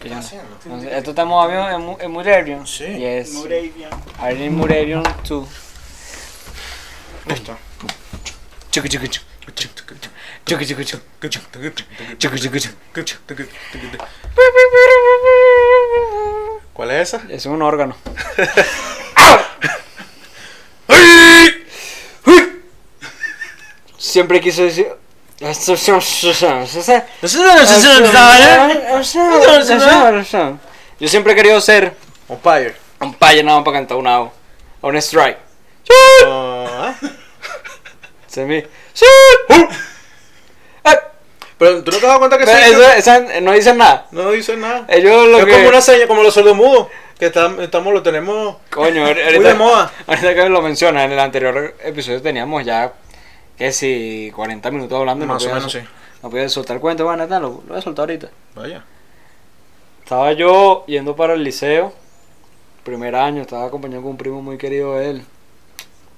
¿Qué está onda? haciendo? No sé, Esto estamos hablando en, Mu- en Murerion. Sí. Yes. Moravian. Ahora en Murerion 2. Listo. Chucu, chucu, chucu. Chucu, chucu, chucu. Chucu, chucu, chucu. ¿Cuál es esa? Es un órgano. Siempre quise decir. Ah, ¿eh? ¿eh? Yo siempre he querido ser Umpire. un payo nada más para cantar una O. O un strike. Ah, Se me- ¡Uh! ¡Shoot! Eh, Pero tú no te das cuenta que pero sí, eso- esa- no dicen nada. no dice nada. Ellos lo es que. como una seña, como los sordomudos, que tam- estamos, lo tenemos Coño, er, muy de ahorita, moda. ahorita que lo mencionas, en el anterior episodio teníamos ya, que si, 40 minutos hablando. y no Más o podía menos, sol- sí. No podía soltar cuento, bueno, nada, lo, lo voy a soltar ahorita. Vaya. Estaba yo yendo para el liceo, primer año, estaba acompañado con un primo muy querido de él.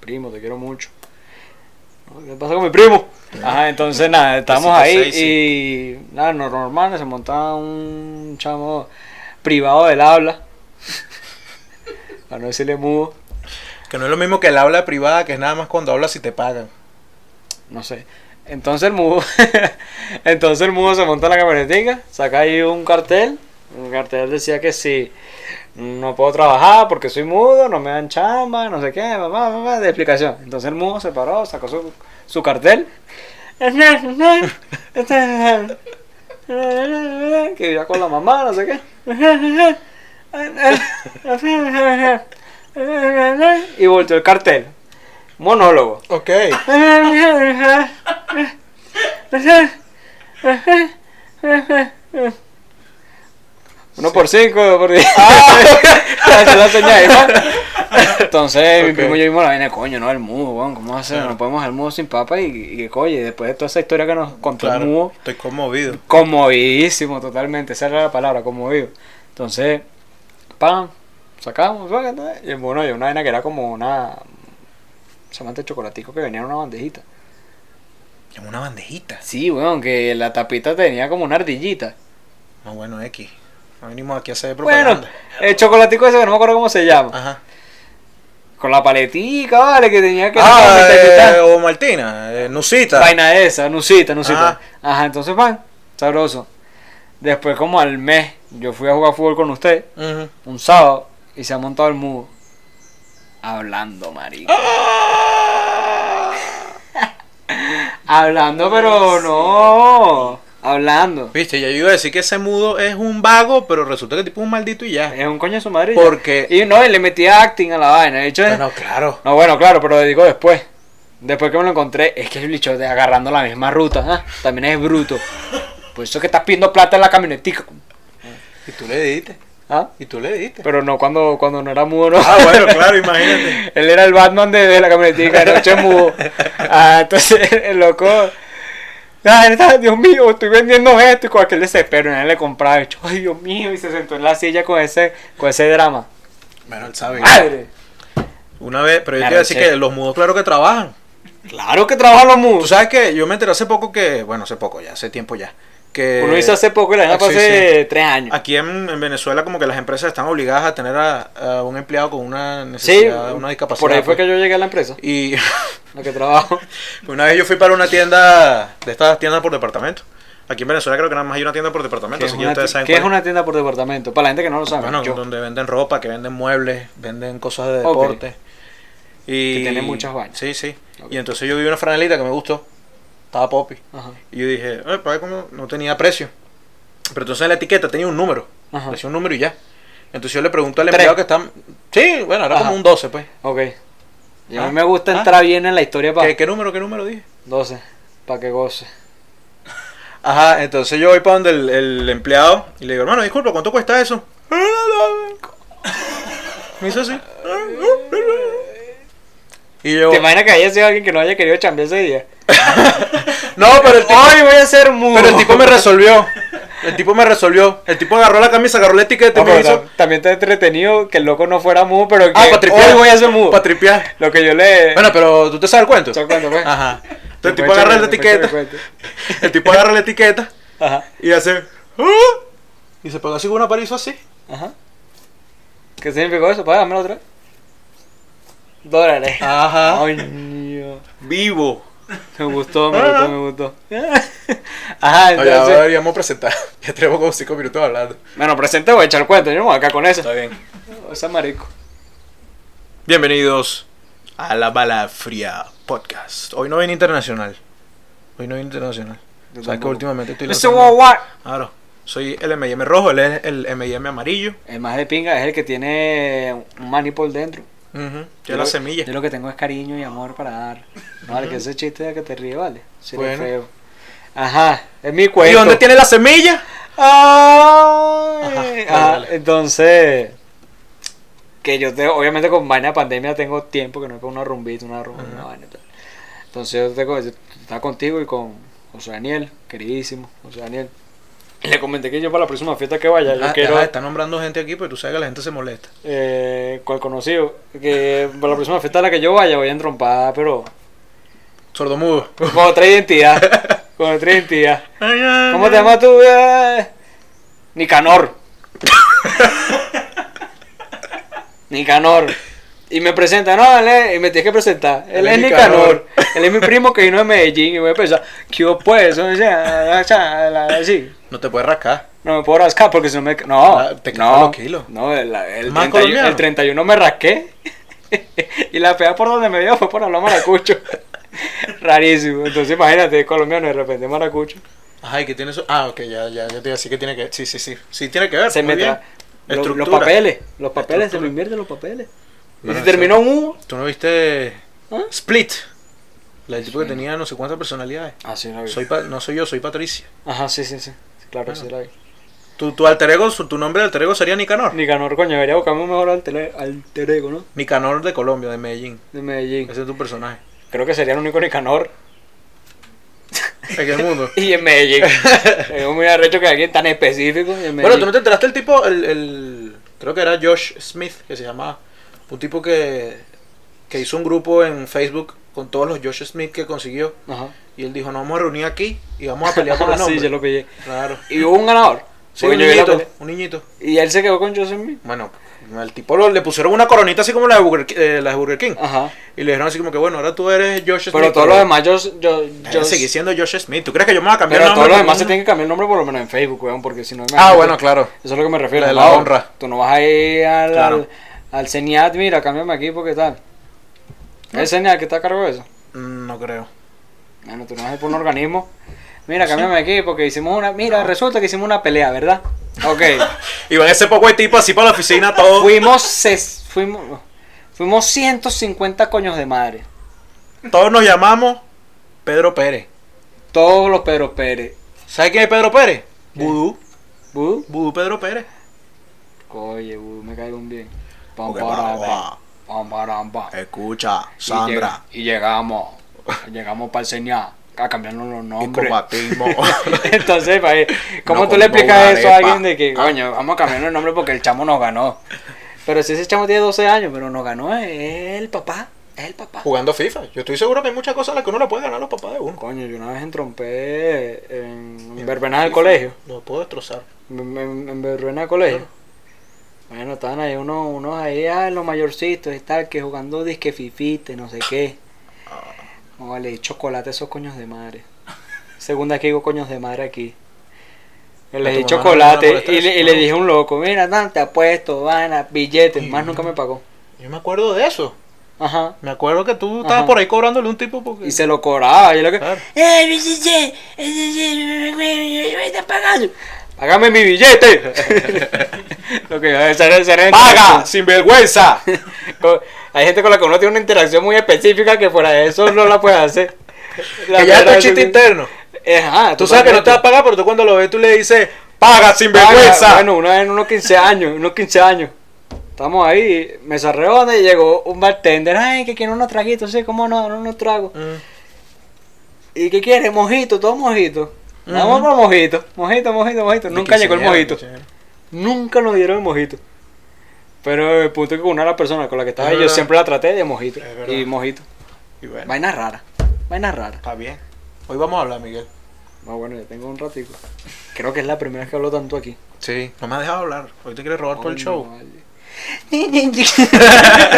Primo, te quiero mucho. No, ¿Qué pasa con mi primo? Eh. Ajá, entonces nada, estábamos Besito ahí sexy. y nada, no- normal, se montaba un chamo privado del habla. Para no decirle mudo, Que no es lo mismo que el habla privada, que es nada más cuando hablas y te pagan. no sé. Entonces el mudo, entonces el mudo se monta en la camionetica, saca ahí un cartel, un cartel decía que si no puedo trabajar porque soy mudo, no me dan chamba, no sé qué, mamá, mamá, de explicación. Entonces el mudo se paró, sacó su, su cartel, que vivía con la mamá, no sé qué. Y volteó el cartel, monólogo. Ok. Uno por cinco, por diez. Ah. Esa es la señal, ¿no? Entonces, mi Ok. primo y yo vimos la vaina, coño, no, el mudo, weón, ¿cómo hacer? Claro. No podemos al mudo sin papa y, y coño, después de toda esa historia que nos contó el Claro, mudo, estoy conmovido. conmovidísimo totalmente, esa era la palabra, conmovido. Entonces, pam, sacamos, pa, y el mudo nos dio una vaina que era como una, se llama este chocolatico que venía en una bandejita. En una bandejita. Sí, weón, que la tapita tenía como una ardillita. No, bueno, X. No venimos aquí a hacer Bueno, propaganda. Ah. el chocolatico ese que no me acuerdo cómo se llama. Ajá. Con la paletica, vale, que tenía que... Ah, mitad y mitad. eh, o Martina, eh, Nusita. Vaina esa, nusita, nusita. Ajá. Ajá, entonces van, sabroso. Después como al mes, yo fui a jugar fútbol con usted, Ujú. un sábado, y se ha montado el mudo. Hablando, marico. ¡Ah! Hablando, pero no. Hablando. Viste, ya yo iba a decir que ese mudo es un vago, pero resulta que tipo es un maldito y ya. Es un coño de su madre. Porque- Y no, y le metía acting a la vaina. De hecho, No, no, claro. No, bueno, claro, pero digo después. Después que me lo encontré, es que el bicho de agarrando la misma ruta, ¿ah? También es bruto. Por eso que estás pidiendo plata en la camionetica. Y tú le diste. ¿ah? Y tú le diste. Pero no cuando, cuando no era mudo, ¿no? Ah, bueno, claro, imagínate. Él era el Batman de, de la camionetica, de noche mudo. Ah, entonces el loco. "Ay, ay, Dios mío, estoy vendiendo esto y con aquel desespero, nadie le compraba. bicho, Ay, Dios mío, y se sentó en la silla con ese, con ese drama. Bueno, él sabe. ¡Madre! Una vez, pero yo te Claro, iba a decir sí. que los mudos, claro que trabajan. Claro que trabajan los Tú mudos. sabes que yo me enteré hace poco que, bueno, hace poco ya, hace tiempo ya. Que Uno hizo hace poco y la gente eh, Ah, sí, hace tres años. Aquí en, en Venezuela como que las empresas están obligadas a tener a, a un empleado con una Sí, necesidad, una discapacidad. Por ahí fue pues. que yo llegué a la empresa, Y la que trabajo. una vez yo fui para una tienda, de estas tiendas por departamento. Aquí en Venezuela creo que nada más hay una tienda por departamento, que es, así que una, ustedes ti- saben que es cuál una tienda por departamento, para la gente que no lo sabe. Bueno, yo, donde venden ropa, que venden muebles, venden cosas de Ok. deporte. Y... Que tiene muchas vainas. Sí, sí. Ok. Y entonces yo vi una franelita que me gustó. Estaba poppy. Ajá. Y yo dije, "Eh, pues, ¿cómo?". no tenía precio. Pero entonces en la etiqueta tenía un número. Ajá. Decía un número y ya. Entonces yo le pregunto al Tres. empleado que está. Sí, bueno, era Ajá. como un 12, pues. Ok. Y a Ah, mí me gusta ah. entrar bien en la historia para ¿Qué, qué número, qué número dije? 12, para que goce. Ajá, entonces yo voy para donde el, el empleado y le digo, hermano, disculpa, ¿cuánto cuesta eso? Me hizo así. Y yo. ¿Te imaginas que haya sido alguien que no haya querido chambear ese día? No, pero el tipo. ¡Hoy voy a ser mudo! Pero el tipo me resolvió. El tipo me resolvió. El tipo agarró la camisa, agarró la etiqueta No, y me pero hizo. tam- También te entretenido que el loco no fuera mudo, pero que Ah, para tripear. hoy voy a ser mudo. Para tripear. Lo que yo le... Bueno, pero tú te sabes el cuento. pues. ¿Sabes cuándo fue? Ajá. Entonces el Después tipo agarra échame- la después échame etiqueta. cuenta. El tipo agarra la etiqueta Ajá. y hace. "Ah", Y se pegó así con un aparizo así. Ajá. ¿Qué significó eso? Págamelo otra vez. Dólares. Ah. Ajá. Ay, mío. Vivo. Me gustó, me No, gustó, me no. gustó. Ajá, No, ya entonces. deberíamos presentar. Ya tenemos como 5 minutos hablando. Bueno, presente voy a echar cuenta. Yo no me voy acá con eso. bien. O sea, marico. Bienvenidos a la Bala Fría Podcast. Hoy no viene internacional. Hoy no viene internacional. Yo Sabes que tampoco. últimamente estoy Ese lanzando- guagua- Claro. Soy el MM rojo, él es el MM amarillo. El más de pinga es el que tiene un maní por dentro. Ujú, Yo Ya la lo- semilla. Yo lo que tengo es cariño y amor para dar. No, Vale, que ese chiste de que te ríe, vale. Sí, eres Bueno. feo. Ajá, es mi ¿Y cuento. dónde tiene la semilla? Ay, Ajá, dale, ah, dale. Entonces, que yo te- obviamente con vaina de pandemia tengo tiempo que no es una rumbita, una rumba, una vaina. y tal. Entonces yo, tengo, yo estaba contigo y con José Daniel, queridísimo José Daniel. Y le comenté que yo para la próxima fiesta que vaya, yo Ah, quiero... ah, está nombrando gente aquí, pero tú sabes que la gente se molesta. eh, cual conocido, que para la próxima fiesta a la que yo vaya voy a entrompada, pero Sordomudo. con otra identidad, con otra identidad. ¿Cómo te llamas tú? eh? Nicanor. Nicanor. Y me presenta, no, él es- y me tienes que presentar. Él, es Nicanor. Él es mi primo que vino de Medellín. Y voy a pensar, ¿qué hubo, pues? O sea, o sea, la- sí. No te puedes rascar. No me puedo rascar porque si no me. No, Ah, te no, quitan los kilos. No, el, el Más 31, colombiano. el 31 me rasqué. y la pega por donde me dio fue por hablar maracucho. Rarísimo. Entonces, imagínate, colombiano de repente maracucho. Ay, que tiene eso. Ah, ok, ya, ya, yo te decía que tiene que. Sí, sí, sí. Sí, tiene que ver. pues, Se muy me tra- bien. lo- los Estructura. papeles. Los papeles, se Estructura. Ah, me invierten los papeles. Y Bueno, si terminó eso- un U. ¿Tú no viste ¿Ah? Split? La del tipo que tenía no sé cuántas personalidades. Ah, sí, la vi. Soy Pa- no soy yo, soy Patricia. Ajá, sí, sí, sí. Claro, sí la vi. Tu, tu alter ego, su- tu nombre de alter ego sería Nicanor. Nicanor, coño, debería buscarme un mejor alter, e-, alter ego, ¿no? Nicanor de Colombia, de Medellín. De Medellín. Ese es tu personaje. Creo que sería el único Nicanor. En el mundo. Y en Medellín. es muy arrecho que alguien tan específico. Y en Medellín. bueno, tú no te enteraste el tipo, el, el- Creo que era Josh Smith, que se llamaba. Un tipo que. Que hizo un grupo en Facebook con todos los Josh Smith que consiguió. Ajá. Y él dijo: Nos vamos a reunir aquí y vamos a pelear por Ah, el nombre. sí, yo lo pillé. Claro. Y hubo un ganador. Sí, Porque un yo vi la niñito, pelea. un niñito. Y él se quedó con Joseph Smith. Bueno, al tipo lo- le pusieron una coronita así como la de Burger, Ki- eh, la de Burger King. Ajá. Y le dijeron así como que, bueno, ahora tú eres Josh Smith. Ah. Pero todos los demás, yo. yo, yo- Yo seguí siendo Josh Smith. ¿Tú crees que yo me voy a cambiar Pero el nombre? todos los demás por se uno? tienen que cambiar el nombre por lo menos en Facebook, weón, porque si no. Ah, imagínate. bueno, claro. Eso es lo que me refiero. La de no, la honra. Tú no vas a ir al, Claro. al, al CENIAT, mira, cámbiame aquí porque tal. ¿Eh? ¿Es el CENIAT que está a cargo de eso? Mm, No creo. Bueno, tú no vas a ir por un organismo. Mira, cámbiame aquí porque hicimos una. Mira, resulta que hicimos una pelea, ¿verdad? Ok. Iban ese poco de tipo así para la oficina, todo. fuimos, ses- fuimos, fuimos 150 coños de madre. Todos nos llamamos Pedro Pérez. Todos los Pedro Pérez. ¿Sabes quién es Pedro Pérez? Vudú. ¿Bu? Vudú Pedro Pérez. Oye, bu, uh, me cayeron bien. Pam, Porque, param, va, va. pam, param, pam. Escucha, Y llega- Y, llegamos. Llegamos para el CENIAT a cambiarnos los nombres. combatimos. Entonces, pa' ahí, ¿cómo No tú le explicas condona eso a arepa. alguien de que, coño, vamos a cambiar el nombre porque el chamo nos ganó? Pero si ese chamo tiene 12 años, pero nos ganó es el papá, es el papá. Jugando FIFA. Yo estoy seguro que hay muchas cosas a las que uno le puede ganar a los papás de uno. Coño, yo una vez entrompé en, en verbenas del colegio. Lo puedo destrozar. En, en, en verbenas del colegio. Bueno, estaban ahí unos, unos ahí, ah, los mayorcitos y tal, que jugando disque fifite, no sé qué. Ah. No vale, chocolate a esos coños de madre. Segunda que digo coños de madre aquí. Le A tu di mamá no le chocolate molesta y eso, le, y le ¿no? dije a un loco, mira, tan, te apuesto, vana, billetes, más nunca me pagó. Yo me acuerdo de eso. Ajá. Me acuerdo que tú Ajá. estabas por ahí cobrándole a un tipo porque. Y se lo cobraba, yo lo que... Claro. "Ay, mi eh, chiche, mi chiche, mi- mi- mi- mi- mi- eh, te pagan". ¡Págame mi billete! lo que yo ese era- ese era el- ¡Paga! ¡Sin vergüenza! Con- Hay gente con la que uno tiene una interacción muy específica que fuera de eso no la puede hacer. La que ya verdad es es tu chiste que- interno. Ajá, Tú sabes que no te va a pagar, pero tú cuando lo ves tú le dices, ¡paga sin Ah, vergüenza! Bueno, una vez en unos 15 años, unos 15 años. Estamos ahí, mesa redonda y llegó un bartender. Ay, que quiere unos traguitos, sí, cómo no, no, unos tragos. Mm. ¿Y qué quiere? Mojito, todo mojito. Vamos Ujú. por mojito, mojito, mojito, mojito. Nunca llegó el Quinceañero, mojito. quinceañero. Nunca nos dieron el mojito. Pero el punto es que con una de las personas con la que estaba Es yo verdad. siempre la traté de mojito. Es verdad. Y mojito. Y bueno, Vaina rara. Vaina rara. está bien. Hoy vamos a hablar, Miguel. No, bueno, ya tengo un ratico. Creo que es la primera vez que hablo tanto aquí. Sí. No me has dejado hablar. Hoy te quieres robar por el Coño, show. vale.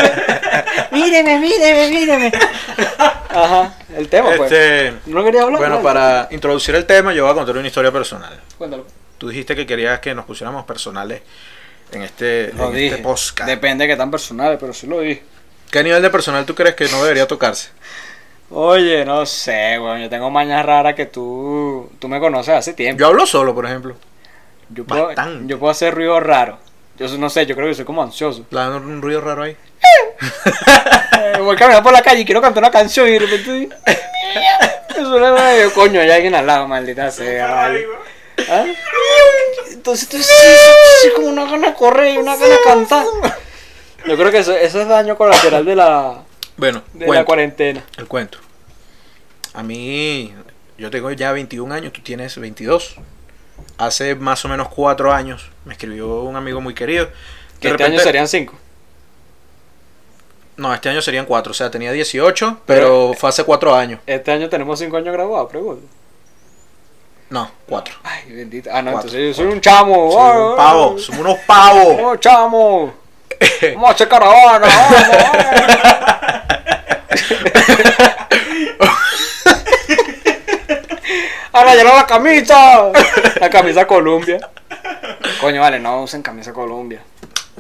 míreme, míreme, míreme. Ajá, el tema, pues. Este, ¿No querías hablar? bueno, Dale. para introducir el tema, yo voy a contar una historia personal. Cuéntalo. Tú dijiste que querías que nos pusiéramos personales en este, Lo en dije. este podcast. Depende de qué tan personal, pero sí lo dije. ¿Qué nivel de personal tú crees que no debería tocarse? Oye, no sé, weón. Yo tengo mañas raras que tú, tú me conoces hace tiempo. Yo hablo solo, por ejemplo. Yo puedo, bastante. yo puedo hacer ruido raro. Yo so- no sé, yo creo que soy como ansioso. Dando un ruido raro ahí. Eh, voy caminando por la calle y quiero cantar una canción y de repente. me suena la- yo, coño, hay alguien al lado, maldita sea. vale. ¿Ah? Entonces tú sí, sí, sí, como una gana de correr y una gana de cantar. Yo creo que eso, eso es daño colateral de la, Bueno, de la cuento, cuarentena. el cuento. A mí, yo tengo ya 21 años, tú tienes 22. Hace más o menos 4 años me escribió un amigo muy querido. De Que este repente- año serían cinco. No, este año serían 4. O sea, tenía 18, eh, pero fue hace 4 años. Este año tenemos cinco años graduados, pregunto. No, 4. Ay, bendita. Ah, no, Cuatro, entonces yo soy un chamo. Ay, Somos ay, pavos, somos unos pavos. ¡Oh, chamo! ¡Vamos a hacer caravana! vamos, vamos. ¡Ahora llenar la camisa! La camisa Columbia. Coño, vale, no usen camisa Columbia.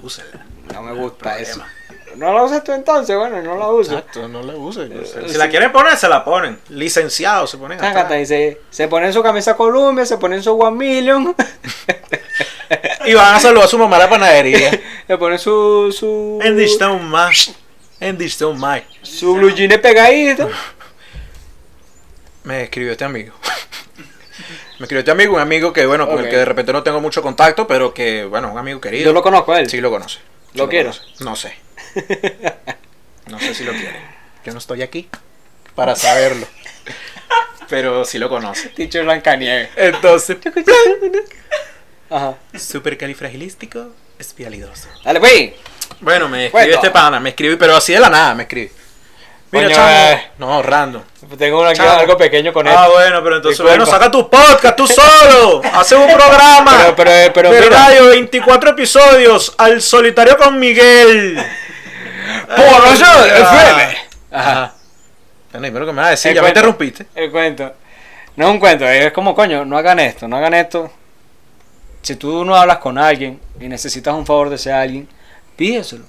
Úsala. No me gusta hay eso. problema. No la uses tú entonces, bueno, no la uses. Exacto, no la usen. Si Eh, sí. la quieren poner, se la ponen. Licenciado, se ponen. atrás. Tácata, y se, se ponen su camisa Columbia, se ponen su One Million, Y van a saludar a su mamá a la panadería. se ponen su. su. En Dichtown más. En Dichtown más. su blue jean pegadito. Me escribió este amigo. Me escribió este amigo, un amigo que, bueno, con Ok. el que de repente no tengo mucho contacto, pero que, bueno, un amigo querido. Yo lo conozco a él. Sí lo conoce. Sí ¿Lo quiero? conoce. No sé. No sé si lo quiere. Yo no estoy aquí para saberlo. Pero sí lo conoce. Teacher Blancanieves. Entonces, Ajá. supercalifragilístico, espialidoso. Dale, pues. Bueno, me escribe Bueno. este pana, me escribe, pero así de la nada me escribe. Mira, Coño, chamo. eh. No, random. Tengo aquí Chao. algo pequeño con él. Ah, bueno, pero entonces, Disculpa. bueno, saca tu podcast tú solo. Hace un Pero- programa. pero- pero de mira. radio, 24 episodios. Al solitario con Miguel. Por Ay, eso, mira. FM. Ajá. Bueno, primero que me vas a decir, Eh, ya me cuenta. interrumpiste. El cuento. No es un cuento, es como, coño, no hagan esto, no hagan esto. Si tú no hablas con alguien y necesitas un favor de ese alguien, pídeselo.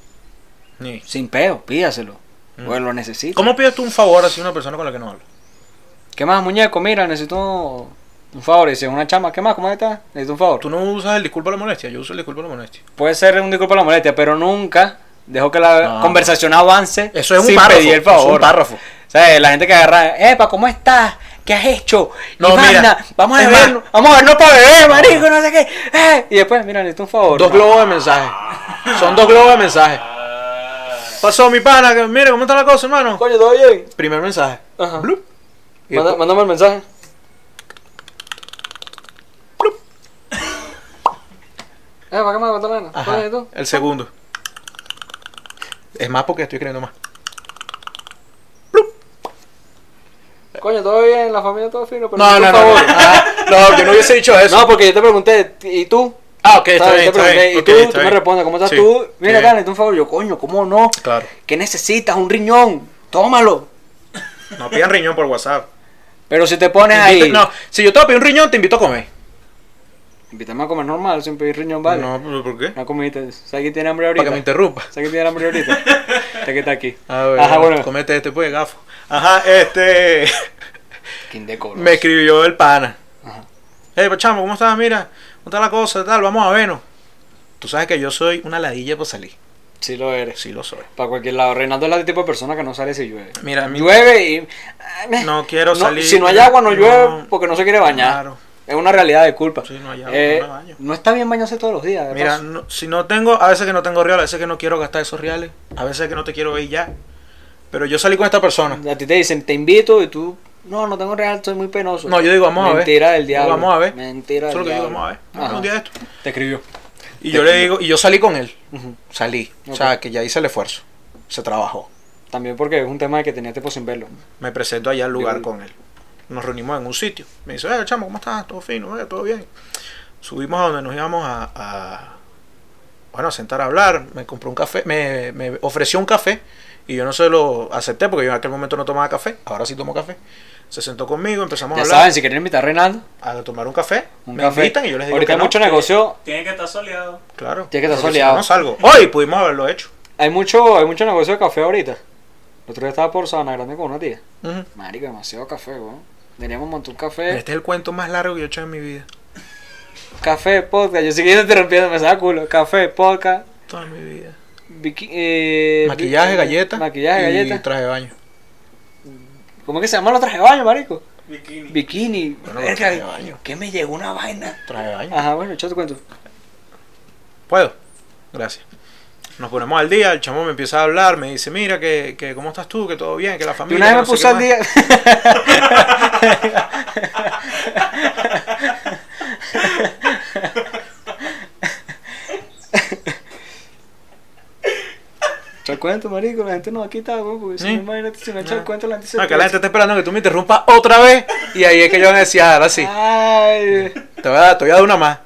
Sí. Sin peo, pídaselo. Mm. Bueno, lo necesito. ¿Cómo pides tú un favor así a una persona con la que no hablas? ¿Qué más, muñeco? Mira, necesito un favor. Y si es una chama, ¿qué más? ¿Cómo está? Necesito un favor. Tú no usas el disculpa a la molestia, yo uso el disculpa a la molestia. Puede ser un disculpa a la molestia, pero nunca dejo que la No. conversación avance Eso es un sin párrafo. pedir el eso es favor. un párrafo. O sea, la gente que agarra, Epa, ¿cómo estás? ¿Qué has hecho? No, Ivana, mira, vamos a es vernos, vamos a vernos para beber, marico, no sé qué. Eh, Y después, mira, necesito un favor. Dos ¿no? globos de mensaje. Son dos globos de mensaje. Pasó mi pana, que, mire cómo está la cosa, hermano. Coño, ¿todo bien? Primer mensaje. Ajá. Blup. Y Manda- después- mándame el mensaje. Eh, ¿para qué me mandaste la Ajá, vaina? ¿Cuál es tú? El segundo. Es más porque estoy creyendo más. Coño, todo bien, la familia todo fino, pero No, no, necesito no. un No, favor. Ajá, no, yo no hubiese dicho eso. No, porque yo te pregunté, ¿y tú? ah, ok, está ¿Sabes? bien. Yo te Está pregunté, bien. y ok, tú, está tú me bien. respondes, ¿cómo estás Sí, tú? está Mira, bien. acá, necesito un favor. Yo, coño, ¿cómo no? Claro. ¿Qué necesitas? Un riñón. Tómalo. No pidan riñón por WhatsApp. Pero si te pones ahí. Invita- No, si yo te voy a pedir un riñón, te invito a comer. Invítame a comer normal, sin pedir riñón, vale. No, pero ¿por qué? Una comidita. ¿Sabes que tiene hambre Para ahorita? que me interrumpa. ¿Sabes que tiene hambre ahorita? Te que está aquí. A ver, Ajá, bueno. comete este pues, gafo. Ajá, este. Quien de cobros. Me escribió el pana. Ajá. Hey, pues, chamo, ¿cómo estás? Mira, ¿cómo está la cosa? Tal, vamos a vernos. Tú sabes que yo soy una ladilla por salir. Sí lo eres. Sí lo soy. Para cualquier lado. Reinaldo es el tipo de persona que no sale si llueve. Mira, mi- Llueve y. Ay, me- No quiero salir. Si no hay agua, no, No. llueve porque no se quiere bañar. Claro. Es una realidad de culpa. Sí, no hay agua, no me baño. no está bien bañarse todos los días. de Mira, paso. no- si no tengo, a veces que no tengo reales, a veces que no quiero gastar esos reales, a veces que no te quiero ver y ya. Pero yo salí con esta persona. A ti te dicen, te invito y tú, no, no tengo real, soy muy penoso. No, yo digo, vamos a ver. Mentira del diablo. Vamos a ver. Mentira Eso es del lo que digo, diablo. vamos a ver. Vamos a ver Ajá. un día de esto. Te escribió. Y yo le digo, y yo salí con él. Ujú. Salí. O sea, que ya hice el esfuerzo. Se trabajó. También porque es un tema de que tenía tiempo sin verlo. Me presento allá al lugar Yo- con él. nos reunimos en un sitio. Me dice, eh, chamo, ¿cómo estás? ¿Todo fino? eh, ¿Todo bien? Subimos a donde nos íbamos a, a- bueno, a sentar a hablar. Me compró un café, me, me ofreció un café y yo no se lo acepté porque yo en aquel momento no tomaba café. Ahora sí tomo café. Se sentó conmigo, empezamos Ya a hablar, saben, si quieren invitar a Reinaldo, a tomar un café. un me café. invitan y yo les digo Ahorita que hay no. mucho negocio, Tiene que estar soleado. Claro. Tiene que estar porque si soleado. No salgo. Hoy pudimos haberlo hecho. hay mucho, hay mucho negocio de café ahorita. El otro día estaba por Sabana Grande con una tía. Ujú. Marico, demasiado café, weón. Deberíamos montar un café. Este es el cuento más largo que yo he hecho en mi vida. Café, podcast. Yo seguía interrumpiendo, me saca culo. Café, podcast. Toda mi vida. biqui- eh, Maquillaje, bi- galletas. Maquillaje, y galletas. traje de baño. ¿Cómo es que se llaman los trajes de baño, marico? Bikini. Bikini. Bueno, los Verga, trajes de baño. ¿Qué me llegó una vaina? Traje de baño. Ajá, bueno, echate cuento. ¿Puedo? Gracias. Nos ponemos al día, el chamo me empieza a hablar, me dice, mira, que, que cómo estás tú, que todo bien, que la Y familia... una vez que me no puse sé qué al más". día. Echa el cuento, marico, la gente no va a quitar, weón, porque si Sí. no, imagínate, si no echa el No. cuento, la gente se No, que la pierde. gente está esperando que tú me interrumpas otra vez, y ahí es que yo me decía, ahora sí, Ay, te voy a dar, te voy a dar una más.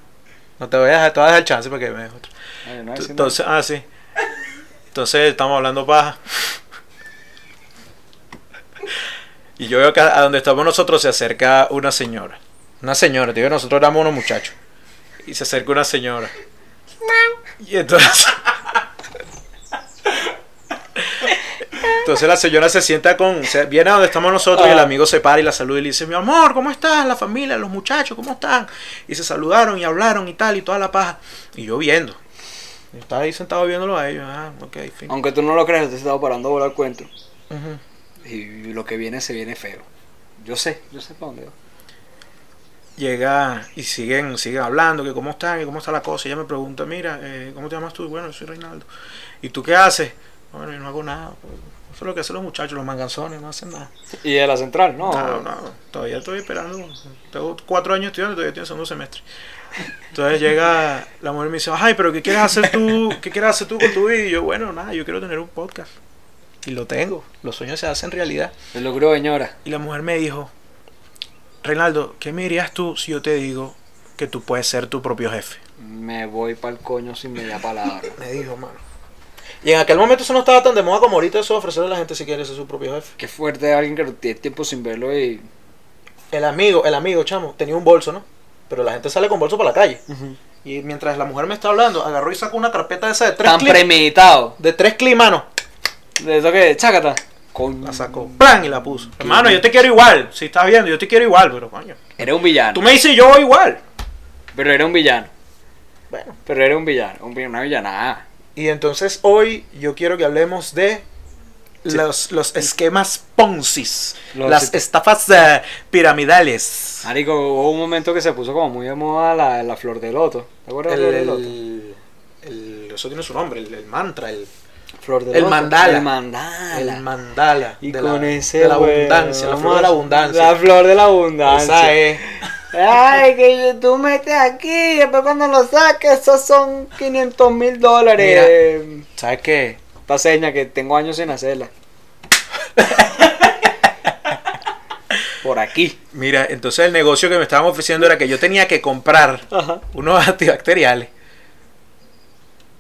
No te voy a dejar, te voy a dejar chance para que me des otra. Ay, no, así no. Entonces, ah, sí. Entonces estamos hablando paja. Y yo veo que a donde estamos nosotros se acerca una señora. Una señora, te digo, nosotros éramos unos muchachos. Y se acerca una señora. Y entonces. Entonces la señora se sienta con. se- viene a donde estamos nosotros y el amigo se para y la saluda y le dice: Mi amor, ¿cómo estás? La familia, los muchachos, ¿cómo están? Y se saludaron y hablaron y tal y toda la paja. Y yo viendo. Yo estaba ahí sentado viéndolo a ellos. Ah, ok, fin. Aunque tú no lo creas, yo te estaba parando a volar el cuento. Ujú. Y lo que viene se viene feo. Yo sé, yo sé para dónde va. llega y siguen siguen hablando que cómo están que cómo está la cosa ella me pregunta mira eh, cómo te llamas tú bueno yo soy Reinaldo y tú qué haces bueno yo no hago nada pues, eso es lo que hacen los muchachos los manganzones no hacen nada Y de la central, no. no, no, todavía estoy esperando tengo cuatro años estudiando todavía estoy en segundo semestre entonces llega la mujer y me dice ay pero qué quieres hacer tú qué quieres hacer tú con tu vida y yo bueno nada yo quiero tener un podcast y lo tengo los sueños se hacen realidad Lo logró, señora. y la mujer me dijo, Reinaldo, ¿qué me dirías tú si yo te digo que tú puedes ser tu propio jefe? Me voy para el coño sin media palabra. Me dijo, mano. Y en aquel momento eso no estaba tan de moda como ahorita eso de ofrecerle a la gente si quiere ser su propio jefe. Qué fuerte alguien que no tiene tiempo sin verlo y. El amigo, el amigo, chamo, tenía un bolso, ¿no? Pero la gente sale con bolso para la calle. Y mientras la mujer me está hablando, agarró y sacó una carpeta de esa de tres Tan clips. premeditado. De tres clips, mano. De eso que, chácata. Con... La sacó, plan, y la puso. Hermano, yo te quiero igual. Si estás viendo, yo te quiero igual, pero coño. Era un villano. Tú me dices, yo voy igual. Pero era un villano. Bueno. Pero era un villano. Un, vi- una villanada. Y entonces hoy yo quiero que hablemos de los, los esquemas Ponzis, Los- Ah, las estafas eh, piramidales. Marico, hubo un momento que se puso como muy de moda la, la flor de loto. ¿Te acuerdas de la flor de loto? el- eso tiene su nombre, el, el mantra, el, Flor de el mandala. El mandala. el mandala y de con la, ese de la huevo, abundancia, la flor vamos de a- la abundancia. La flor de la Esa abundancia. es. Ay, que tú metes aquí y después cuando lo saques, esos son 500 mil dólares. Mira. Eh, ¿Sabes qué? Esta seña que tengo años sin hacerla. Por aquí. Mira, entonces el negocio que me estaban ofreciendo era que yo tenía que comprar Ajá. unos antibacteriales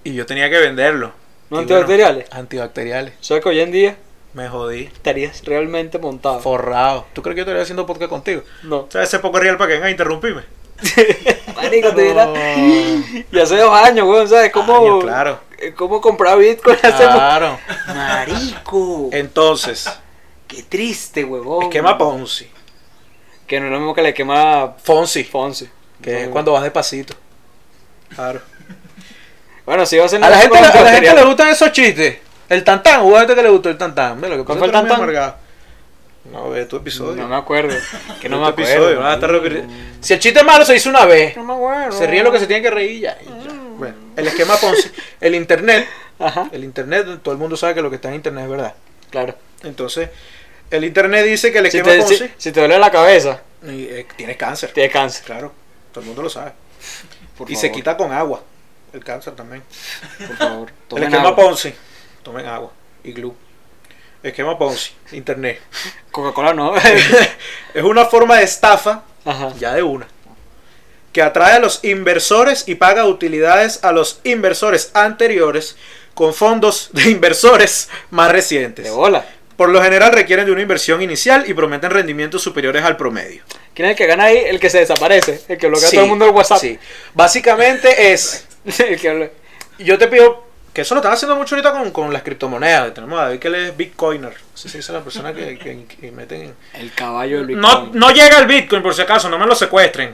y yo tenía que venderlos. ¿No Y antibacteriales? antibacteriales. O sea que hoy en día Me jodí. estarías realmente montado. Forrado. ¿Tú crees que yo estaría haciendo podcast contigo? no. O sea, ese poco real para que venga a interrumpirme. Marico, te dirá. No. Y hace dos años, weón, ¿sabes? ¿Cómo, Año, claro. Ah. eh, ¿Cómo comprar Bitcoin hace mu- Claro. Marico. Entonces, Qué triste, huevón. esquema Ponzi. Que no es lo mismo que le quema Fonzi. Fonsi. Que es cuando vas despacito. Oh. Claro. Bueno, si vas en A la gente, a la gente le gustan esos chistes. El tantán, hubo gente que le gustó el tantán. Mira, lo que ¿Cuál fue pasa el es que tú eres tantán? muy amargado. No, ve tu episodio. No me acuerdo. Que no Ve me tu acuerdo. Este episodio, Ah, van a estar repitiendo. Si el chiste es malo se hizo una vez, No me acuerdo. se ríe lo que se tiene que reír y ya. y ya. Bueno, el esquema Ponzi, el internet, Ajá, el internet, todo el mundo sabe que lo que está en internet es verdad. claro. Entonces, el internet dice que el Si esquema te, Ponzi si, si te duele la cabeza, y, eh, tienes cáncer. tienes cáncer. Claro, todo el mundo lo sabe. Por y favor, se quita con agua. El cáncer también. Por favor. el tomen esquema agua. Ponzi. Tomen agua y glue. Esquema Ponzi, internet. Coca-Cola no. es una forma de estafa, Ajá. ya de una, que atrae a los inversores y paga utilidades a los inversores anteriores con fondos de inversores más recientes. De bola. Por lo general requieren de una inversión inicial y prometen rendimientos superiores al promedio. ¿Quién es el que gana ahí? El que se desaparece. El que bloquea a Sí, todo el mundo el WhatsApp. sí. Básicamente es, El que blo- yo te pido, que eso lo están haciendo mucho ahorita con, con las criptomonedas. Tenemos a David que él es bitcoiner. No sé si es la persona que, que, que meten en- El caballo del No, Bitcoin. no llega el Bitcoin, por si acaso, no me lo secuestren.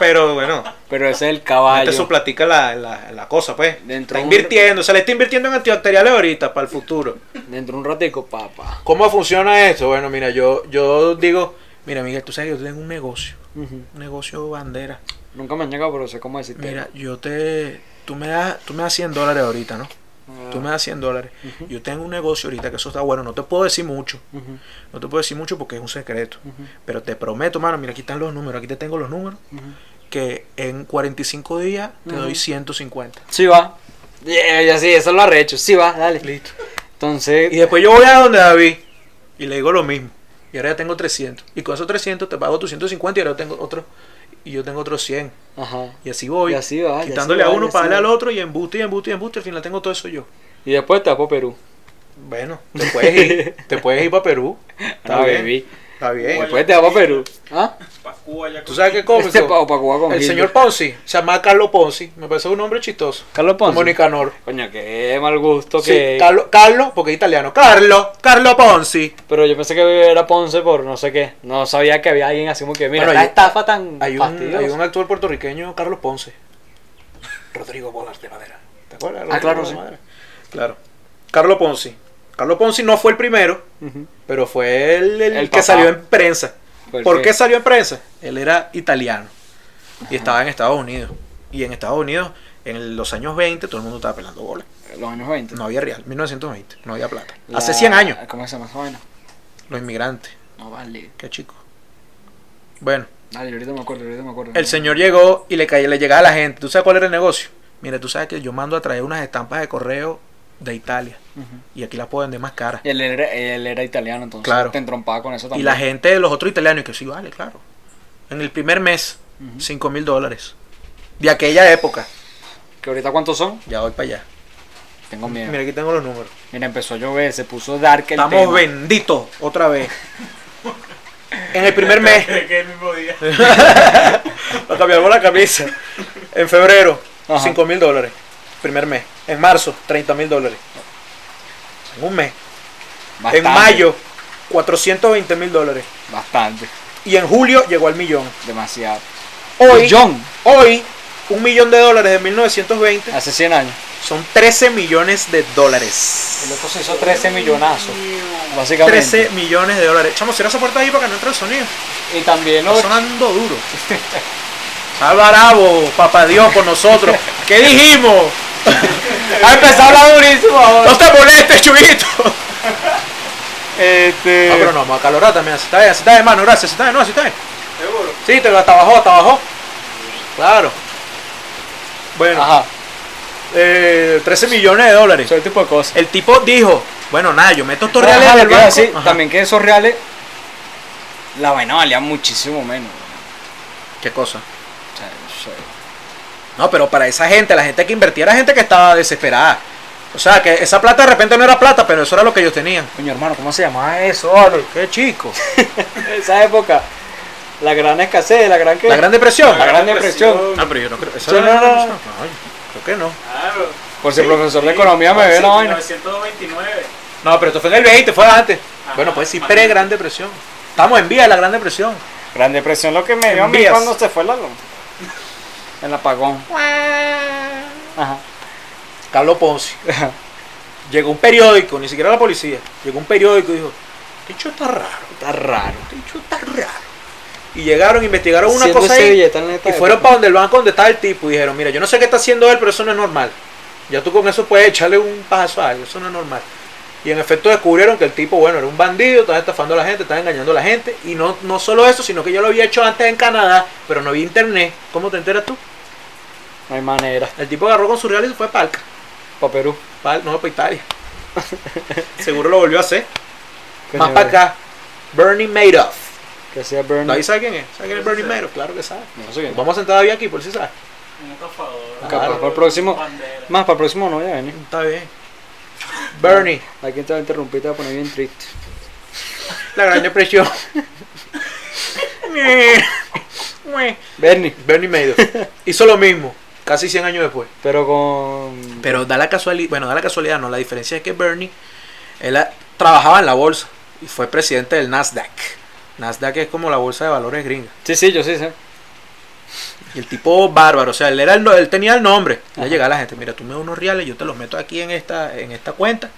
Pero bueno, Pero ese es el te caballo. su platica la, la, la cosa, pues. Dentro está un- invirtiendo, se le está invirtiendo en antibacteriales ahorita para el futuro. Dentro de un ratico, papá. ¿Cómo funciona esto? Bueno, mira, yo, yo digo, mira, Miguel, tú sabes que yo tengo un negocio, Ujú. un negocio bandera. Nunca me han llegado, pero sé cómo decirte. Mira, yo te. Tú me das, tú me das 100 dólares ahorita, ¿no? Ah, Tú me das 100 dólares. Ujú. Yo tengo un negocio ahorita que eso está bueno. No te puedo decir mucho. ujú, No te puedo decir mucho porque es un secreto. ujú, Pero te prometo, mano, mira, aquí están los números. Aquí te tengo los números. ujú. que en 45 días te Ujú. doy 150. Sí va. Yeah, ya sí, eso lo ha hecho. Sí va, dale. Listo. Entonces, Y después yo voy a donde David y le digo lo mismo. Y ahora ya tengo 300. Y con esos 300 te pago tus 150 y ahora tengo otro. Y yo tengo otros 100. ajá. Y así voy. Y así va, y así Quitándole va, a y uno así para darle va. al otro y embuste y embuste y embuste. Al final tengo todo eso yo. Y después te vas por Perú. Bueno, te puedes ir. te puedes ir para Perú. Está Ah, No, bien. baby. Está bien. Después te vas para Perú. ¿Ah? Pa' Cuba ya ¿Tú sabes qué cómico? Este pa- pa' Cuba con El Gilbert. señor Ponzi. Se llama Carlos Ponzi. Me parece un hombre chistoso. Carlos Ponce. Como Nicanor. Coño, qué mal gusto Sí, que. Carlo- Carlo, porque es italiano. Carlo, Carlo Ponzi. Pero yo pensé que era Ponce por no sé qué. No sabía que había alguien así como que. Mira, Bueno, esta hay- estafa tan. Hay un, fastidiosa. hay un actor puertorriqueño, Carlos Ponce. Rodrigo Bodas de Madera. ¿Te acuerdas? Ah, Rodrigo claro, Bodas de sí. Madera. Claro. Carlos Ponzi. Carlos Ponzi no fue el primero, Ujú. Pues pero fue el, el El que papá. salió en prensa. ¿Por ¿Por, qué? qué? salió en prensa? Él era italiano y estaba en Estados Unidos. Y en Estados Unidos, en los años 20, todo el mundo estaba pelando bola. Los años 20. No había real, 1920, no había plata. La- Hace 100 años, ¿Cómo se llama esa vaina? los inmigrantes. No vale. Qué chico. Bueno, Dale, ahorita me acuerdo, ahorita me acuerdo. El señor llegó y le, caía- le llegaba a la gente. ¿Tú sabes cuál era el negocio? Mira, tú sabes que yo mando a traer unas estampas de correo de Italia Ujú. y aquí las puedo vender más caras. Y él era, él era italiano, entonces Claro. te entrompaba con eso Y también. la gente de los otros italianos, y que sí, vale, claro. En el primer mes, Ujú. 5 mil dólares. De aquella época, ¿Que ahorita cuántos son? ya voy para allá. Tengo miedo. Mira, Mira, aquí tengo los números. empezó a llover, se puso dark el Estamos tema. benditos otra vez. en el primer mes, Creo que es el mismo día. nos cambiamos la camisa. En febrero, Ajá. 5 mil dólares. Primer mes. En marzo, 30 mil dólares. En un mes. Bastante, En mayo, 420 mil dólares. Bastante. Y en julio llegó al millón. Demasiado. Pues Hoy, Millón. hoy un millón de dólares de 1920 Hace 100 años. son 13 millones de El dólares. loco se hizo 13 millonazos. Básicamente. 13 millones de dólares. Chamo, cierra esa puerta ahí para que no entre el sonido. Y también Está los. sonando duro. Está bravo, papá Dios, por nosotros. ¿Qué dijimos? Ha empezado Ah, a hablar durísimo ahora. ¡No te molestes, chubito! Ah, Este. pero no, vamos a calorar también. Así está bien, así está bien, hermano. Gracias, así está bien, no, así está bien. Seguro. Sí, te lo hasta bajó, hasta bajó. Claro. Bueno, Ajá. eh, 13 millones de dólares. Eso es el tipo de cosas. El tipo dijo, bueno, nada, yo meto estos Ajá, reales en lo el que iba a banco. decir, Ajá. también que esos reales, la vaina valía muchísimo menos. ¿Qué cosa? O sea, no sé. No, pero para esa gente, la gente que invertía era gente que estaba desesperada. O sea, que esa plata de repente no era plata, pero eso era lo que ellos tenían. Coño, hermano, ¿cómo se llamaba eso? vale? Qué chico. Esa época, la gran escasez, la gran que. La Gran Depresión. La Gran Depresión. No, pero yo no creo. ¿esa Sí, era la no, no, Gran Depresión? No, creo que no. Claro. Por si el Sí, profesor de sí, economía me ve la vaina. 1929. No, pero esto fue en el 20, fue antes. Ajá, bueno, pues sí, más pre-Gran Depresión. Estamos en vía de la Gran Depresión. Gran depresión lo que me dio a mí Envías. cuando se fue la luz. El apagón. Ajá. Carlos Ponzi. Llegó un periódico, ni siquiera la policía. Llegó un periódico y dijo, este hecho está raro, Está raro. este hecho está raro. Y llegaron, investigaron una Siendo cosa ese ahí billetal en esta y fueron época. para donde el banco donde estaba el tipo y dijeron, mira, yo no sé qué está haciendo él, pero eso no es normal. Ya tú con eso puedes echarle un paso a él, eso no es normal. Y en efecto descubrieron que el tipo, bueno, era un bandido, estaba estafando a la gente, estaba engañando a la gente. Y no, no solo eso, sino que yo lo había hecho antes en Canadá, pero no había internet. ¿Cómo te enteras tú? No hay manera. El tipo agarró con su real y se fue a Palca. Para Perú. Pal- no, para Italia. Seguro lo volvió a hacer. Coño, Más para vale. acá. Bernie Madoff. Que sea Bernie. Nadie sabe quién es. ¿Sabe quién es Sí, Bernie sí. Madoff? Claro que sabe. No sé quién es. Vamos a sentar a David aquí por si sabe. Un estafador. Capaz Claro. para el próximo. Bandera. Más para el próximo no voy a venir. Está bien. Bernie, Aquí te va a interrumpir, te va a poner bien triste. la gran depresión. Bernie, Bernie Madoff hizo lo mismo, casi 100 años después. pero con. Pero da la casualidad, bueno, da la casualidad, no, la diferencia es que Bernie, él ah, trabajaba en la bolsa y fue presidente del Nasdaq. Nasdaq es como la bolsa de valores gringa. Sí, sí, yo sí sé. Y el tipo bárbaro, o sea, él, era el no- él tenía el nombre. Le Ajá. llegaba a la gente, mira, tú me das unos reales, yo te los meto aquí en esta, en esta cuenta.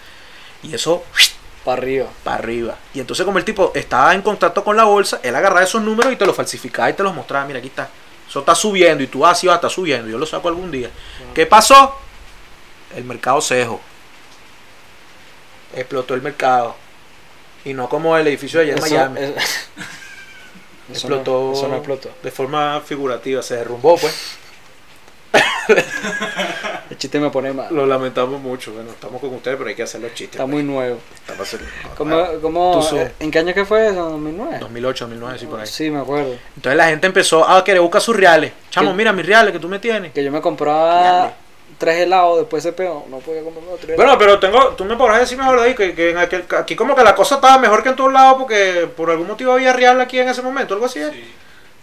Y eso Para arriba. para arriba. Y entonces como el tipo estaba en contacto con la bolsa, él agarraba esos números y te los falsificaba y te los mostraba, mira, aquí está. Eso está subiendo y tú, ah, sí, va, está subiendo, yo lo saco algún día. ¿Qué pasó? El mercado se dejó. Explotó el mercado. Y no como el edificio de allá en Eso- Miami. eso- eso no- explotó. Eso no explotó. De forma figurativa, se derrumbó, pues. El chiste me pone mal. Lo lamentamos mucho. Bueno, estamos con ustedes, pero hay que hacer los chistes. Está muy nuevo. pues. Está pasando- ¿Cómo, cómo, Tú sos- eh, ¿En qué año que fue eso? ¿2009? 2008, 2009, sí, por ahí. Sí, me acuerdo. Entonces la gente empezó ah, a querer buscar sus reales. Chamo, ¿Qué? mira mis reales que tú me tienes. Que yo me compraba tres helados después de ese peo. No podía comprarme otro helado. Bueno, pero tengo, tú me podrás decir mejor ahí que, que en aquel- aquí como que la cosa estaba mejor que en todos lados porque por algún motivo había real aquí en ese momento, algo así. ¿eh? Sí.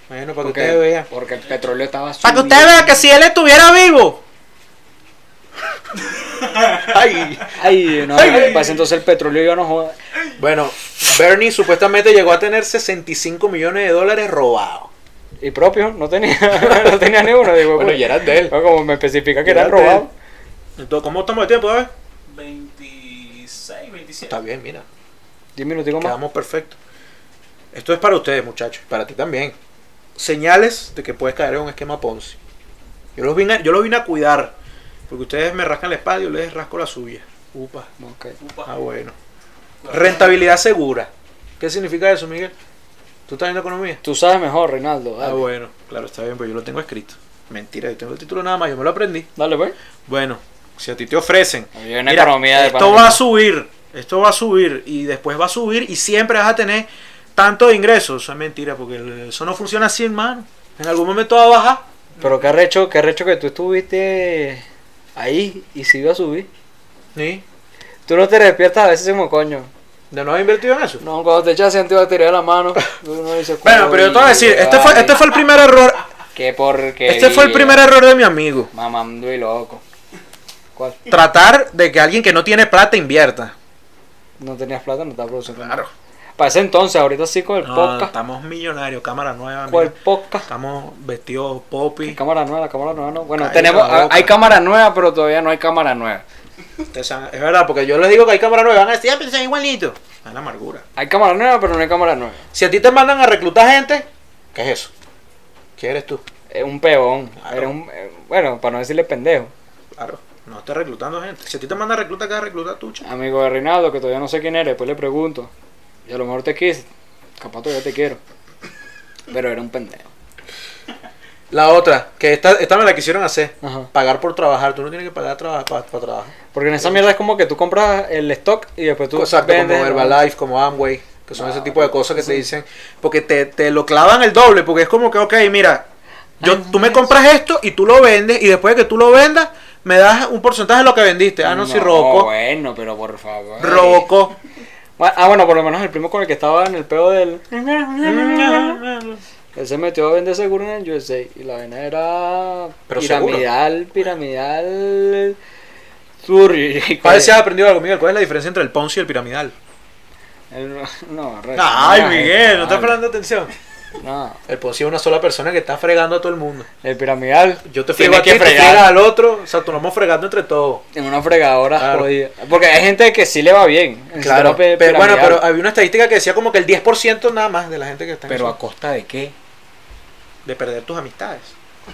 Bueno, para que porque, ustedes vean. porque el petróleo estaba Para que ustedes vean que si él estuviera vivo. Ay. Ay, no, Ay. pasa entonces el petróleo iba a no joder. Bueno, Bernie supuestamente llegó a tener 65 millones de dólares robados. Y propio, no tenía, no tenía ni uno. Digo, Bueno, pues, ya eran de él. no, como me especifica que Ya eran eran de él. robados. Entonces, ¿cómo estamos de tiempo, eh? 26, 27. Está bien, mira. Diez minuticos más. Quedamos perfectos. Esto es para ustedes, muchachos. Para ti también. Señales de que puedes caer en un esquema Ponzi. Yo los vine a, yo los vine a cuidar. Porque ustedes me rascan la espada y yo les rasco la suya. Upa. Ok. Upa. Ah, bueno. Rentabilidad segura. ¿Qué significa eso, Miguel? ¿Tú estás viendo economía? Tú sabes mejor, Reinaldo. Dale, Ah, bueno. Claro, está bien, pero yo lo tengo escrito. Mentira, yo tengo el título nada más. Yo me lo aprendí. Dale, pues. Bueno, si a ti te ofrecen. Había una mira, economía de esto pan- va a subir, esto va a subir y después va a subir y siempre vas a tener tanto de ingresos. Eso es mentira porque el- eso no funciona así, hermano. En algún momento va a bajar. Pero qué recho, qué recho que tú estuviste ahí y si iba a subir. ¿Sí? Tú no te despiertas a veces como coño. ¿De no haber invertido en eso? No, cuando te echas antibacterial a la mano, uno dice, Bueno, pero yo te voy a decir, este fue, este fue el primer error. Que porque. Este fue el primer error de mi amigo. Mamando y loco. ¿Cuál? Tratar de que alguien que no tiene plata invierta. No tenías plata, no estaba produciendo. Para ese entonces, ahorita sí con el No, podcast. estamos millonarios, cámara nueva. Con el mira. podcast. Estamos vestidos poppy. Cámara nueva, la cámara nueva no. Bueno, Cállate tenemos, la boca. hay cámara nueva, pero todavía no hay cámara nueva. Ustedes saben- Es verdad, porque yo les digo que hay cámara nueva, van a decir, ah, pero son igualitos. Es la amargura. Hay cámara nueva, pero no hay cámara nueva. Si a ti te mandan a reclutar gente, ¿qué es eso? ¿Qué eres tú? Es un peón. Claro. Era un, eh, bueno, para no decirle pendejo. Claro, no estás reclutando gente. Si a ti te mandan a reclutar, ¿qué vas a reclutar tú, chico? Amigo de Reinaldo, que todavía no sé quién eres, después le pregunto. Y a lo mejor te quise. Capaz todavía te quiero. Pero era un pendejo. La otra, que esta, esta me la quisieron hacer. Ajá. Pagar por trabajar. Tú no tienes que pagar para trabajar. Porque en esa mierda es como que tú compras el stock y después tú. Exacto, vendes, como Herbalife, como Amway, que son No, ese tipo de cosas que te dicen. Porque te, te lo clavan el doble, porque es como que, ok, mira, yo, Ay, tú me compras esto y tú lo vendes, y después de que tú lo vendas, me das un porcentaje de lo que vendiste. Ah, no, si Robocop. Bueno, pero por favor. Robocop. Bueno, Ah, bueno, por lo menos el primo con el que estaba en el peo del. Él se metió a vender seguro en el USA y la vaina era Pero piramidal, piramidal, sur y- y- Parece si has aprendido algo, Miguel. ¿Cuál es la diferencia entre el Ponzi y el piramidal? El- no, re- Ay, no, Miguel, no estás Pues, vale. prestando atención. No, El Ponzi es una sola persona que está fregando a todo el mundo. el piramidal. Yo te tiene frego a ti, que tú fregar fregas al otro. O sea, tú nos vamos fregando entre todos. en una fregadora Claro. jodida. Porque hay gente que sí le va bien. el sistema pi- Pero, bueno, piramidal. pero había una estadística que decía como que el 10% nada más de la gente que está en Pero eso. a costa de qué? De perder tus amistades.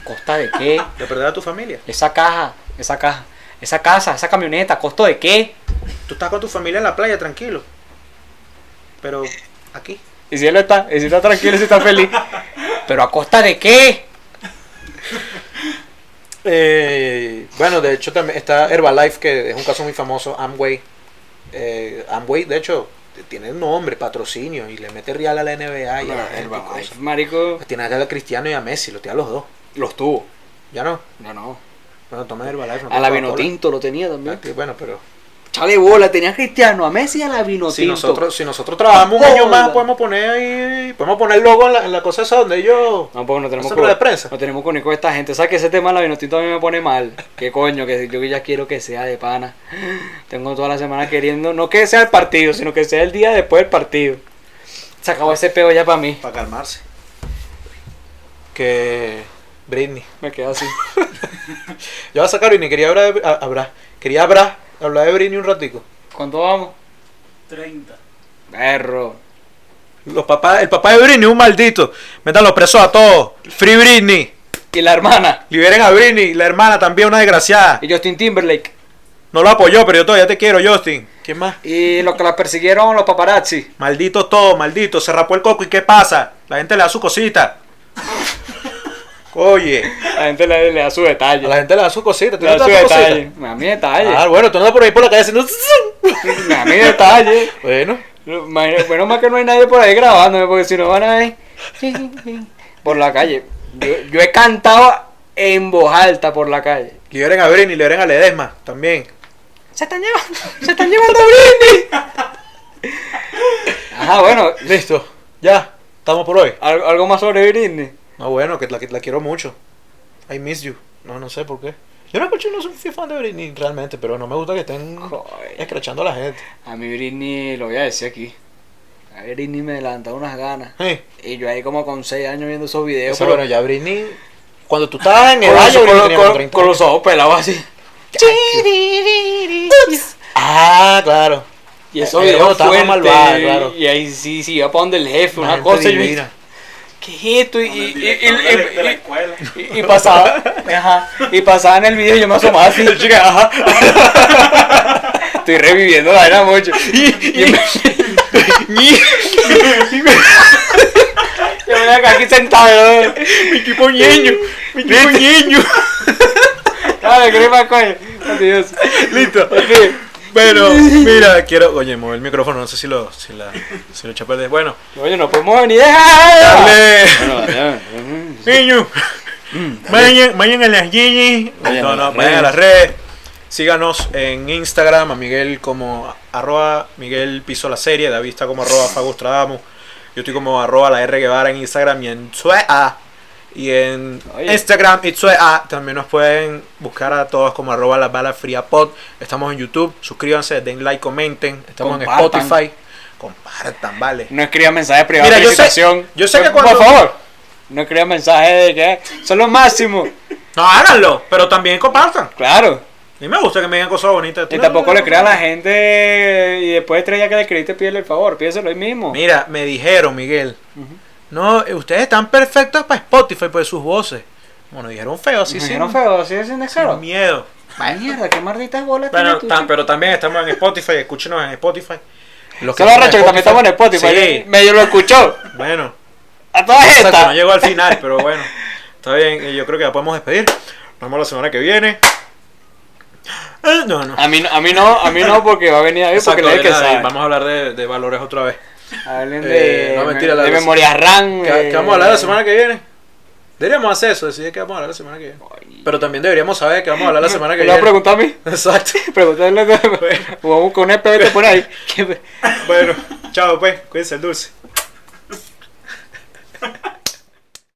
¿A costa de qué? De perder a tu familia. Esa caja, esa caja, esa casa, esa camioneta, ¿a costo de qué? Tú estás con tu familia en la playa, tranquilo. Pero aquí. Y si él está, y si está tranquilo, y si está feliz. ¿Pero a costa de qué? Eh, bueno, de hecho también está Herbalife, que es un caso muy famoso, Amway, eh, Amway, de hecho, tiene nombre, patrocinio, y le mete real a la NBA y a la el gente y Barça, cosas. marico Tiene a Cristiano y a Messi, los tiene a los dos. los tuvo. Ya no, No, no. bueno, tomen Herbalife. no A la tomen Coca-Cola. Vinotinto lo tenía también. Ah, Bueno, pero Chale bola, tenía a Cristiano, a Messi y a la Vinotinto. si nosotros, si nosotros trabajamos un año más, podemos poner ahí, podemos poner el logo en la, en la cosa esa donde ellos... No, porque no tenemos Esa es la de prensa. No tenemos con esta gente. ¿Sabes que ese tema de la Vinotinto a mí me pone mal? Que coño, que yo ya quiero que sea de pana. Tengo toda la semana queriendo, no que sea el partido, sino que sea el día después del partido. Se acabó ese peo ya para mí. Para calmarse. Que Britney. Me quedo así. Yo voy a sacar Britney, quería hablar de, a- hablar- quería hablar, hablar de Britney un ratico. ¿Cuánto vamos? 30. Perro. Los papás, el papá de Britney es un maldito. Métanlo presos a todos. Free Britney. Y la hermana. Liberen a Britney, la hermana también una desgraciada. Y Justin Timberlake. No lo apoyó, pero yo todavía te quiero, Justin. ¿Quién más? Y los que la persiguieron los paparazzi. Maldito todo, maldito. Se rapó el coco y ¿qué pasa? La gente le da su cosita. Oye, La gente le, le da su detalle. a la gente le da su cosita. ¿Tú le da no te su das tu detalle. cosita? Me da mi detalle. Ah, bueno, tú andas por ahí por la calle haciendo... Me da mi detalle. Bueno, Imagina- Menos mal que no hay nadie por ahí grabándome, porque si no van a ver por la calle. Yo, yo he cantado en voz alta por la calle. liberen a Britney, liberen a Ledesma también. Se están llevando, se están llevando a Britney. Ajá, bueno, Listo, ya, estamos por hoy. al- algo más sobre Britney. No, bueno, que la, que la quiero mucho. I miss you. No, no sé por qué. Yo no, escucho, no soy fan de Britney realmente, pero no me gusta que estén Joder. escrachando a la gente. A mi Britney, lo voy a decir aquí. A Britney me levantaba unas ganas. Sí. Y yo ahí como con 6 años viendo esos videos. Eso, pero- bueno, ya Britney. Cuando tú estabas en el con, los- valle, con Britney los- tenía con- como 30 con los ojos pelados así. Ah, claro. Y eso Eh, eh, video estaba fuerte, malvada, claro. Y ahí sí, sí, iba para donde el jefe, La una gente cosa. Y yo, divina. ¿qué es esto? Y, Con y, el y, director de la- de la y- escuela. y- y- y pasaba, ajá, y pasaba en el video y yo me asomaba así. Estoy reviviendo la era mucho. Y me- yo me voy aquí sentado. ¿no? ¡Qué poñeño! ¡Mi qué poñeño! Dale, ¿qué le pasa, coño? Por Dios. Listo. Sí. Bueno, mira, quiero. Oye, mover el micrófono, no sé si lo, si la, si lo echa a perder. Bueno, Oye, no podemos venir. ¡Dale! dale. Bueno, Niño, vayan, vayan a las Gigi. Mm. Vayan No, a no, las vayan a redes. las redes. Síganos en Instagram a Miguel como arroba Miguel Piso la serie. David está como arroba Fagostradamus. Yo estoy como arroba la R Guevara en Instagram y en Twitter. Y en Oye. Instagram y Twitter también nos pueden buscar a todos como arroba la bala fría pod. Estamos en YouTube. Suscríbanse, den like, comenten. Estamos Compartan. en Spotify. Compartan, vale. No escriban mensajes privados Mira, de yo sé- felicitación. yo sé que Por- cuando- Por favor, no escriban mensajes de que son los máximos. No, háganlo, pero también compartan. Claro. Y me gusta que me digan cosas bonitas. Y tampoco le crean a la gente y después de tres días que le escribiste, pídele el favor, pídeselo ahí mismo. Mira, me dijeron, Miguel. No, eh, ustedes están perfectos para Spotify por sus voces. Bueno, dijeron feo, así Sí, sí. sí, no ¿no? feo, así es Sin sincero. miedo. Mierda, qué malditas bolas Bueno, tienes tú, tam- chico. pero también estamos en Spotify, escúchenos en Spotify. Los Solo arrecho que también estamos en Spotify. Sí, Medio lo escuchó. bueno. A todas Exacto, estas. no llegó al final, pero bueno. Está bien, y yo creo que ya podemos despedir. Nos vemos la semana que viene. Ah, No, no. A mí, no- a mí no, a mí no, porque va a venir a ver porque Exacto, le de que nada, y sabe. vamos a hablar de, de valores otra vez. Hablen Eh, de, no, mentira, la- de memoria RAM. ¿Qué, eh, qué vamos a hablar la semana que viene? Deberíamos hacer eso, decidir qué vamos a hablar la semana que viene. Pero también deberíamos saber qué vamos a hablar la semana que ¿Me lo vas viene. a preguntar a mí? Exacto. Preguntarle. Vamos con un EPB por ahí. ¿Qué- Bueno, chao pues, cuídense el dulce.